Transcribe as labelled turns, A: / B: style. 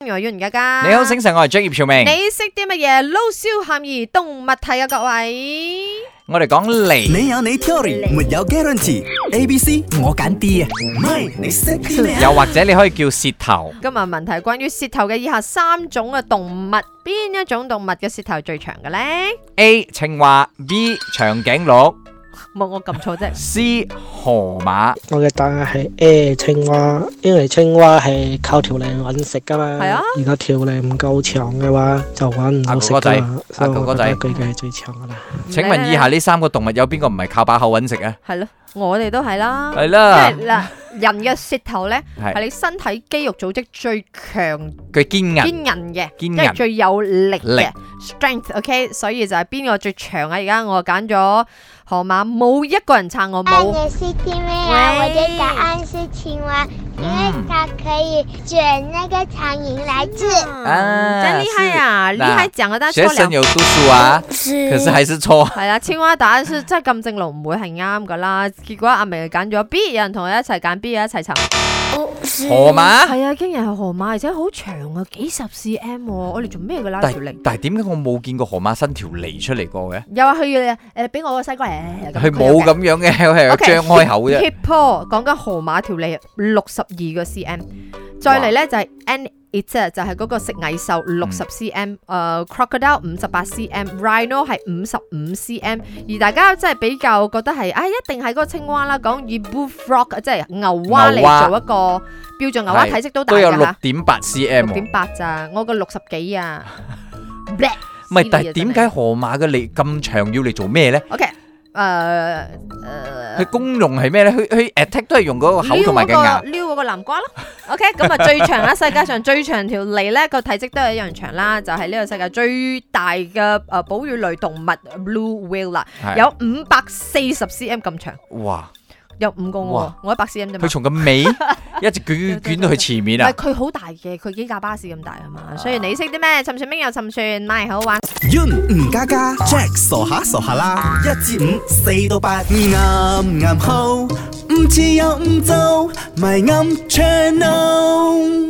A: 我係袁家家。
B: 你好，星辰，我係 J 葉兆明。
A: À. 你識啲乜嘢撈燒咸宜動物題啊？各位，
B: 我哋講嚟，
C: 你有你 theory，沒有 guarantee。A、B、C 我揀 D 啊，唔係你識啲咩啊？
B: 又或者你可以叫舌頭。
A: 今日問題關於舌頭嘅以下三種嘅動物，邊一種動物嘅舌頭係最長嘅咧？
B: A 青蛙，B 長頸鹿
A: 冇我撳錯啫。
B: ，C 河馬。
D: 我嘅答案係 A 青蛙，因為青蛙係靠條脷揾食噶嘛。
A: 係啊
D: 如果條脷唔夠長嘅話，就揾唔到食
B: 阿哥哥仔
D: 噶嘛。所以
B: 阿哥
D: 我
B: 哥
D: 覺
B: 仔
D: 得佢嘅係最長噶啦。
B: 請問以下呢三個動物有邊個唔係靠把口揾食啊？
A: 係咯，我哋都係啦。
B: 係
A: 因
B: 啦，
A: 為嗱，人嘅舌頭咧係
B: 係
A: 你身體肌肉組織最強
B: 佢堅
A: 堅
B: 硬，
A: 韌嘅，
B: 堅
A: 即
B: 韌
A: 係最有力
B: 力
A: 嘅 strength，OK，所以就係邊個最長啊？而家我揀咗河馬，冇一個人撐我
E: 答案
A: 冇。
E: 也是因为啊，我
A: 喂
E: 的答案是青蛙，因为
B: 嗯
E: 它可以卷那个苍蝇来吃。
B: 啊
A: 真厉害呀！
B: 是
A: 厉害讲啊，但系
B: 學
A: 错
B: 生
A: 了。
B: 有讀書啊，可是還是錯。
A: 系啦，青蛙蛋是真系咁正路，唔會係啱噶 啦。結果阿明揀咗 B，有人同我一齊揀 B，一齊尋。
B: 河馬，
A: 係啊，竟然係河馬，而且好長啊，幾十 cm 喎。我哋做咩噶啦
B: 但
A: 條脷？
B: 但係點解我冇見過河馬伸條脷出嚟過嘅？
A: 有啊，佢要诶俾我個西瓜嚟。
B: 佢冇咁樣嘅， 佢係
A: OK，
B: 張 開口啫。
A: hip paw 講緊河馬條脷六十二個 cm，再嚟咧就係 an it 就係嗰個食蟻獸六十 cm，誒、crocodile 五十八 cm，rhino 係五十五 cm，而大家真係比較覺得係啊、一定係嗰個青蛙啦，講以 bullfrog 即係牛蛙
B: 牛
A: 嚟
B: 蛙
A: 做一個標準牛蛙
B: 係
A: 體積都大
B: 都有
A: 㗎
B: 六
A: 啦，
B: 點八
A: 六
B: cm 喎。
A: 點八咋，我個六十幾 啊，
B: 唔係，但係點解河馬嘅脷咁長要嚟做咩咧？
A: ？OK，誒、
B: 佢功用係咩咧？佢佢 attack 都係用嗰個口同埋嘅牙。
A: 撩嗰個南瓜咯。OK，咁啊最長啦，世界上最長條脷咧個體積都係一樣長啦，就係、呢個世界最大嘅誒哺乳類動物 blue whale 啦，
B: 係
A: 有五百四十 cm 咁長，
B: 哇！
A: 有五公喎
B: 哇，
A: 我一百 cm 啫
B: 佢
A: 嘛。
B: 從個尾一直捲捲到去前面
A: 唔係
B: 啊！
A: 佢好大嘅，佢幾架巴士咁大啊嘛，所以你識啲咩？沉船冰又沉船，咪好玩。
C: Yun 吳家家，Jack 傻下傻下啦，一至五，四到八，啱啱好，唔似有唔做，咪啱 channel。